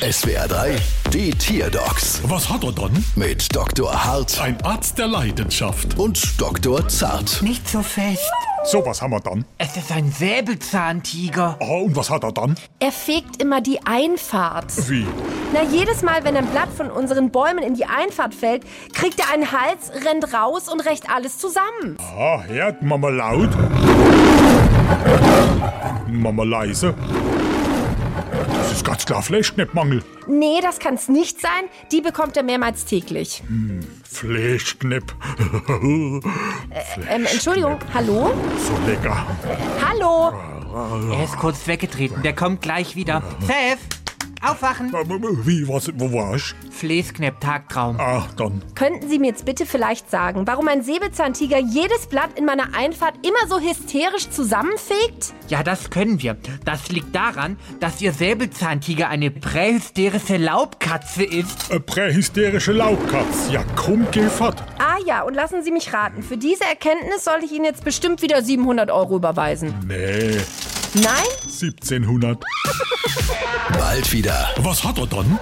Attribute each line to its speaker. Speaker 1: SWR 3, die Tierdocs
Speaker 2: Was hat er dann?
Speaker 1: mit Dr. Hart
Speaker 2: Ein Arzt der Leidenschaft.
Speaker 1: und Dr. Zart.
Speaker 3: Nicht so fest.
Speaker 2: So, was haben wir dann?
Speaker 3: Es ist ein Säbelzahntiger.
Speaker 2: Ah, und was hat er dann?
Speaker 4: Er fegt immer die Einfahrt.
Speaker 2: Wie?
Speaker 4: Na, jedes Mal, wenn ein Blatt von unseren Bäumen in die Einfahrt fällt, kriegt er einen Hals, rennt raus und rächt alles zusammen.
Speaker 2: Ah, hört Mama laut. Mama leise. Das ist ganz klar Fleischkneppmangel.
Speaker 4: Nee, das kann's nicht sein. Die bekommt er mehrmals täglich.
Speaker 2: Fleischknepp.
Speaker 4: Ähm, Entschuldigung, hallo?
Speaker 2: so lecker.
Speaker 4: Hallo?
Speaker 3: Er ist kurz weggetreten. Der kommt gleich wieder. Seth! Aufwachen!
Speaker 2: Wie, was, wo war ich?
Speaker 3: Fleesknepp-Tagtraum.
Speaker 2: Ah, dann.
Speaker 4: Könnten Sie mir jetzt bitte vielleicht sagen, warum ein Säbelzahntiger jedes Blatt in meiner Einfahrt immer so hysterisch zusammenfegt?
Speaker 3: Ja, das können wir. Das liegt daran, dass Ihr Säbelzahntiger eine prähysterische Laubkatze ist.
Speaker 2: Äh, prähysterische Laubkatz. Ja, komm, geh fort.
Speaker 4: Ah ja, und lassen Sie mich raten, für diese Erkenntnis sollte ich Ihnen jetzt bestimmt wieder 700 Euro überweisen.
Speaker 2: Nee,
Speaker 4: Nein?
Speaker 2: 1700.
Speaker 1: Bald wieder.
Speaker 2: Was hat er dann?